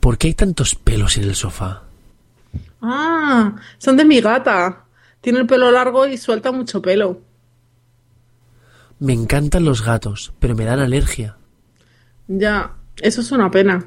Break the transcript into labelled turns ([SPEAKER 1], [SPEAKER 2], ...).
[SPEAKER 1] ¿Por qué hay tantos pelos en el sofá?
[SPEAKER 2] Ah, son de mi gata. Tiene el pelo largo y suelta mucho pelo.
[SPEAKER 1] Me encantan los gatos, pero me dan alergia.
[SPEAKER 2] Ya, eso es una pena.